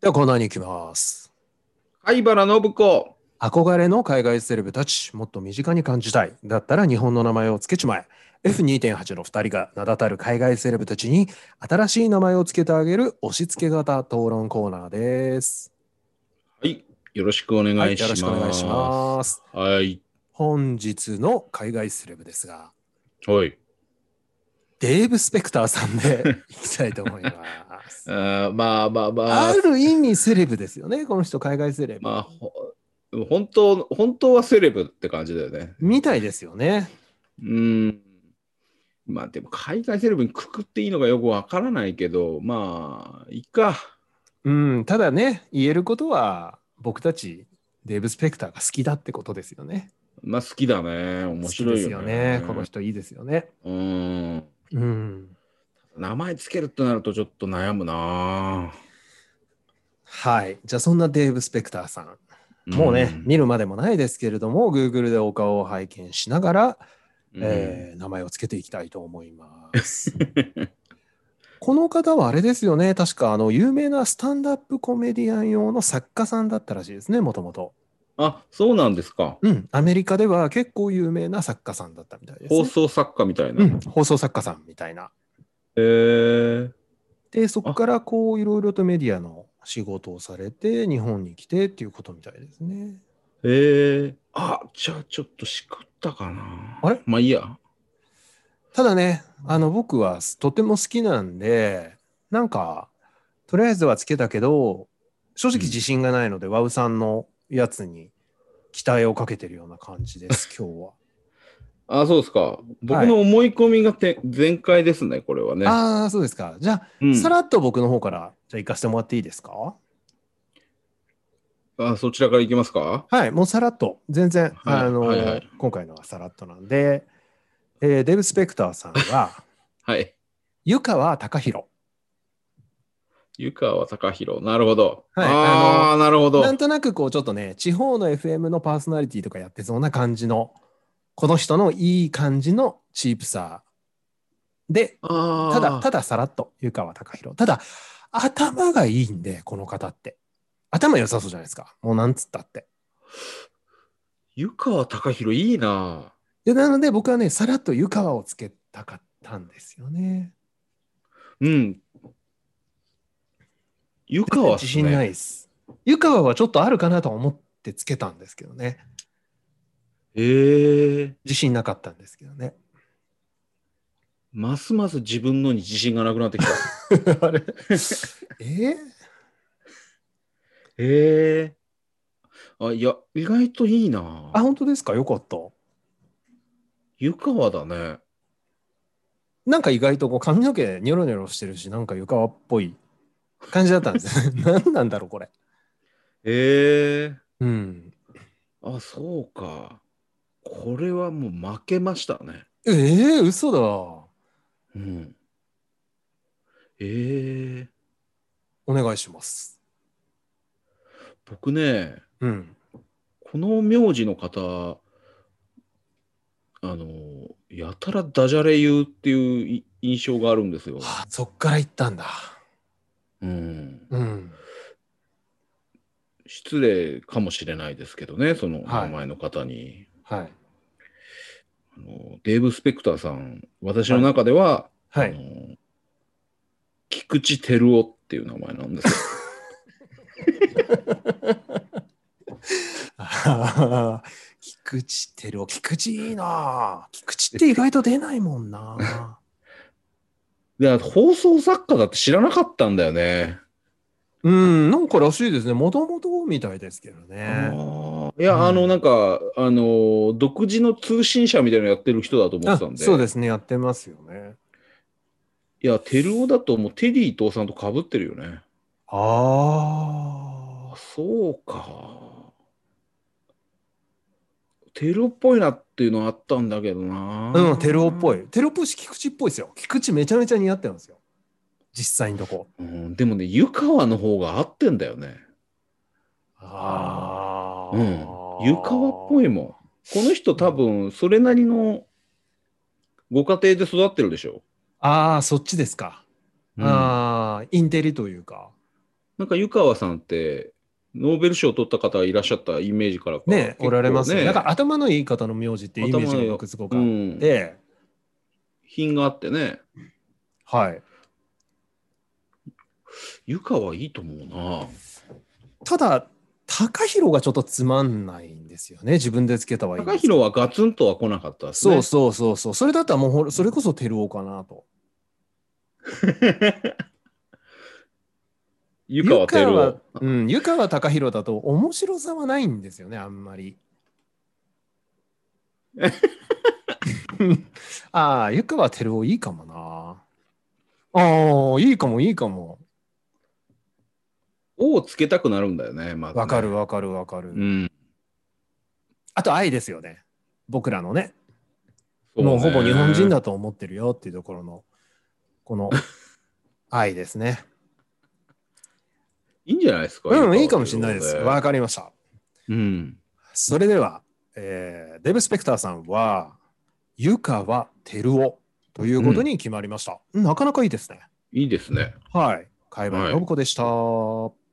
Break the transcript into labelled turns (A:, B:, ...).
A: ではコーナーに行きます。
B: 貝原信子。
A: 憧れの海外セレブたち、もっと身近に感じたい。だったら日本の名前をつけちまえ。F2.8 の2人が名だたる海外セレブたちに新しい名前をつけてあげる押し付け型討論コーナーです。
B: はい。よろしくお願
A: はいい、
B: します。
A: よろしくお願いします。
B: はい。
A: 本日の海外セレブですが、
B: はい。
A: デーブ・スペクターさんで いきたいと思います。
B: あーまあま あまあ。
A: ある意味セレブですよね、この人、海外セレブ。
B: まあ、ほ本当、本当はセレブって感じだよね。
A: みたいですよね。
B: うん。まあでも海外セレブにくくっていいのかよくわからないけど、まあ、いいか。
A: うん、ただね、言えることは、僕たち、デーブ・スペクターが好きだってことですよね。
B: まあ好きだね。面白
A: 好きで
B: いよね。
A: すよね。この人、いいですよね。
B: うん。
A: うん。
B: 名前つけるとなるとちょっと悩むな。
A: はい。じゃあ、そんなデーブ・スペクターさん、もうね、見るまでもないですけれども、Google でお顔を拝見しながら、
B: うん、
A: えー名前をつけていきたいと思います。 この方はあれですよね、確かあの有名なスタンダップコメディアン用の作家さんだったらしいですね、もともと。
B: あ、そうなんですか。
A: うん、アメリカでは結構有名な作家さんだったみたいです、ね。
B: 放送作家みたいな。
A: う
B: へ
A: ん、放送作家さんみたいな。
B: えー。
A: で、そこからこういろいろとメディアの仕事をされて、日本に来てっていうことみたいですね。
B: えー。あ、じゃあちょっとしくったかな。
A: あれ
B: まあいいや。
A: ただね、あの僕はとても好きなんで、なんか、とりあえずはつけたけど、正直自信がないので、ワウさんのやつに期待をかけてるような感じ です、今日は。
B: あ、そうですか。僕の思い込みがて、全開ですね、これはね。
A: ああ、そうですか。じゃあ、
B: うん
A: さらっと僕の方から、じゃあ行かせてもらっていいですか
B: あそちらから行きますか。
A: はい、もうさらっと、全然、
B: はい
A: あの、
B: はいはい
A: 今回のはさらっとなんで、えーデーブ・スペクターさん は、
B: はい。
A: 湯川貴弘。
B: 湯川隆弘。なるほど。
A: はい
B: ああ、なるほど。
A: なんとなくこう、ちょっとね、地方の FM のパーソナリティとかやってそうな感じの、この人のいい感じのチープさで、
B: ああ。
A: ただ、たださらっと、湯川貴弘。ただ、頭がいいんで、この方って。頭良さそうじゃないですか。もうなんつったって。
B: 湯川隆弘いいな。
A: でなので、僕はね、さらっと湯川をつけたかったんですよね。
B: うん。湯川っす
A: 自
B: ね
A: 信ないです。湯川はちょっとあるかなとは思ってつけたんですけどね。
B: ええ
A: 自信なかったんですけどね。
B: ますます自分のに自信がなくなってき た。
A: あれえー
B: ええあ、いや、意外といいな。
A: あ、本当ですかよかった。
B: 湯川だね。
A: なんか意外とこう髪の毛ニョロニョロしてるし、なんか湯川っぽい感じだったん です。何なんだろう、これ。
B: ええ
A: うん。
B: あ、そうか。これはもう負けましたね。
A: えー、嘘だ。お
B: うん。ええ
A: 願いします。
B: 僕ね、
A: うん。
B: この名字の方、あの、やたらダジャレ言うっていうい印象があるんですよ。
A: はあ、そっから行ったんだ。
B: うん。
A: うん。
B: 失礼かもしれないですけどね、その
A: は
B: 名
A: い
B: 前の方に。
A: はい。
B: あのデーブ・スペクターさん、私の中では、
A: は
B: あ
A: い。
B: の菊池照夫っていう名前なんですよ。
A: あー 菊池照夫。菊池いいな。菊池って意外と出ないもんな。
B: で、あと放送作家だって知らなかったんだよね。
A: うん、なんからしいですね。もともとみたいですけど
B: あ
A: ね。
B: ーいや、
A: うん
B: あの、なんか、あの、独自の通信社みたいなのやってる人だと思ってたんで。
A: そうですね、やってますよね。
B: いや、照夫だともうテディ伊藤さんと被ってるよね。
A: あ
B: あ、そうか。照夫っぽいなっていうのあったんだけどな。
A: あ。うん、テロっぽ
B: い。
A: い。テロっぽいし、菊池っぽいですよ。菊池めちゃめちゃ似合ってますよ。実際のとこ。
B: うん、でもね、湯川の方が合ってんだよね。
A: あ
B: うん。湯川っぽい
A: ん。
B: もん。この人多分、それなりのご家庭で育ってるでしょ。
A: ああ、そっちですか。
B: うん
A: ああ、インテリというか。
B: なんか湯川さんって、ノーベル賞を取った方がいらっしゃったイメージからか
A: ねおられますね。
B: 結構
A: なんか頭のいい方の名字っていうイメージが僕すごく
B: う
A: あっ
B: ん、
A: て、
B: 品があってね、
A: はい。
B: 湯川いいと思うな。
A: ただ、高弘がちょっとつまんないんですよね。自分でつけたはいいん
B: 高
A: ですけど
B: 弘はガツンとは来なかったですね。
A: そうそうそうそう。それだったらもうほらそれこそ照夫かなと。
B: 湯川照
A: 湯川
B: 夫。
A: うん、湯川高弘だと面白さはないんですよね、あんま り。ああ、湯川照夫いいかもな。ああ、いいかもいいかも。
B: をつけたくなるんだよね、まずね
A: わかる。わかるわかる。
B: うん。
A: あと愛ですよね。僕らのね。
B: そね
A: もうほぼ日本人。だと思ってるよっていうところの、こ の愛ですね。
B: いいんじゃないですか。
A: うん、いいかもしれないです。
B: 湯
A: わ
B: 川照
A: かりました。
B: 夫うん。
A: それでは、えーデブ・スペクターさんは、湯川照夫ということに決まりました。なかなかいいですね。
B: いいですね。
A: はい。海外
B: はい
A: 信子でした。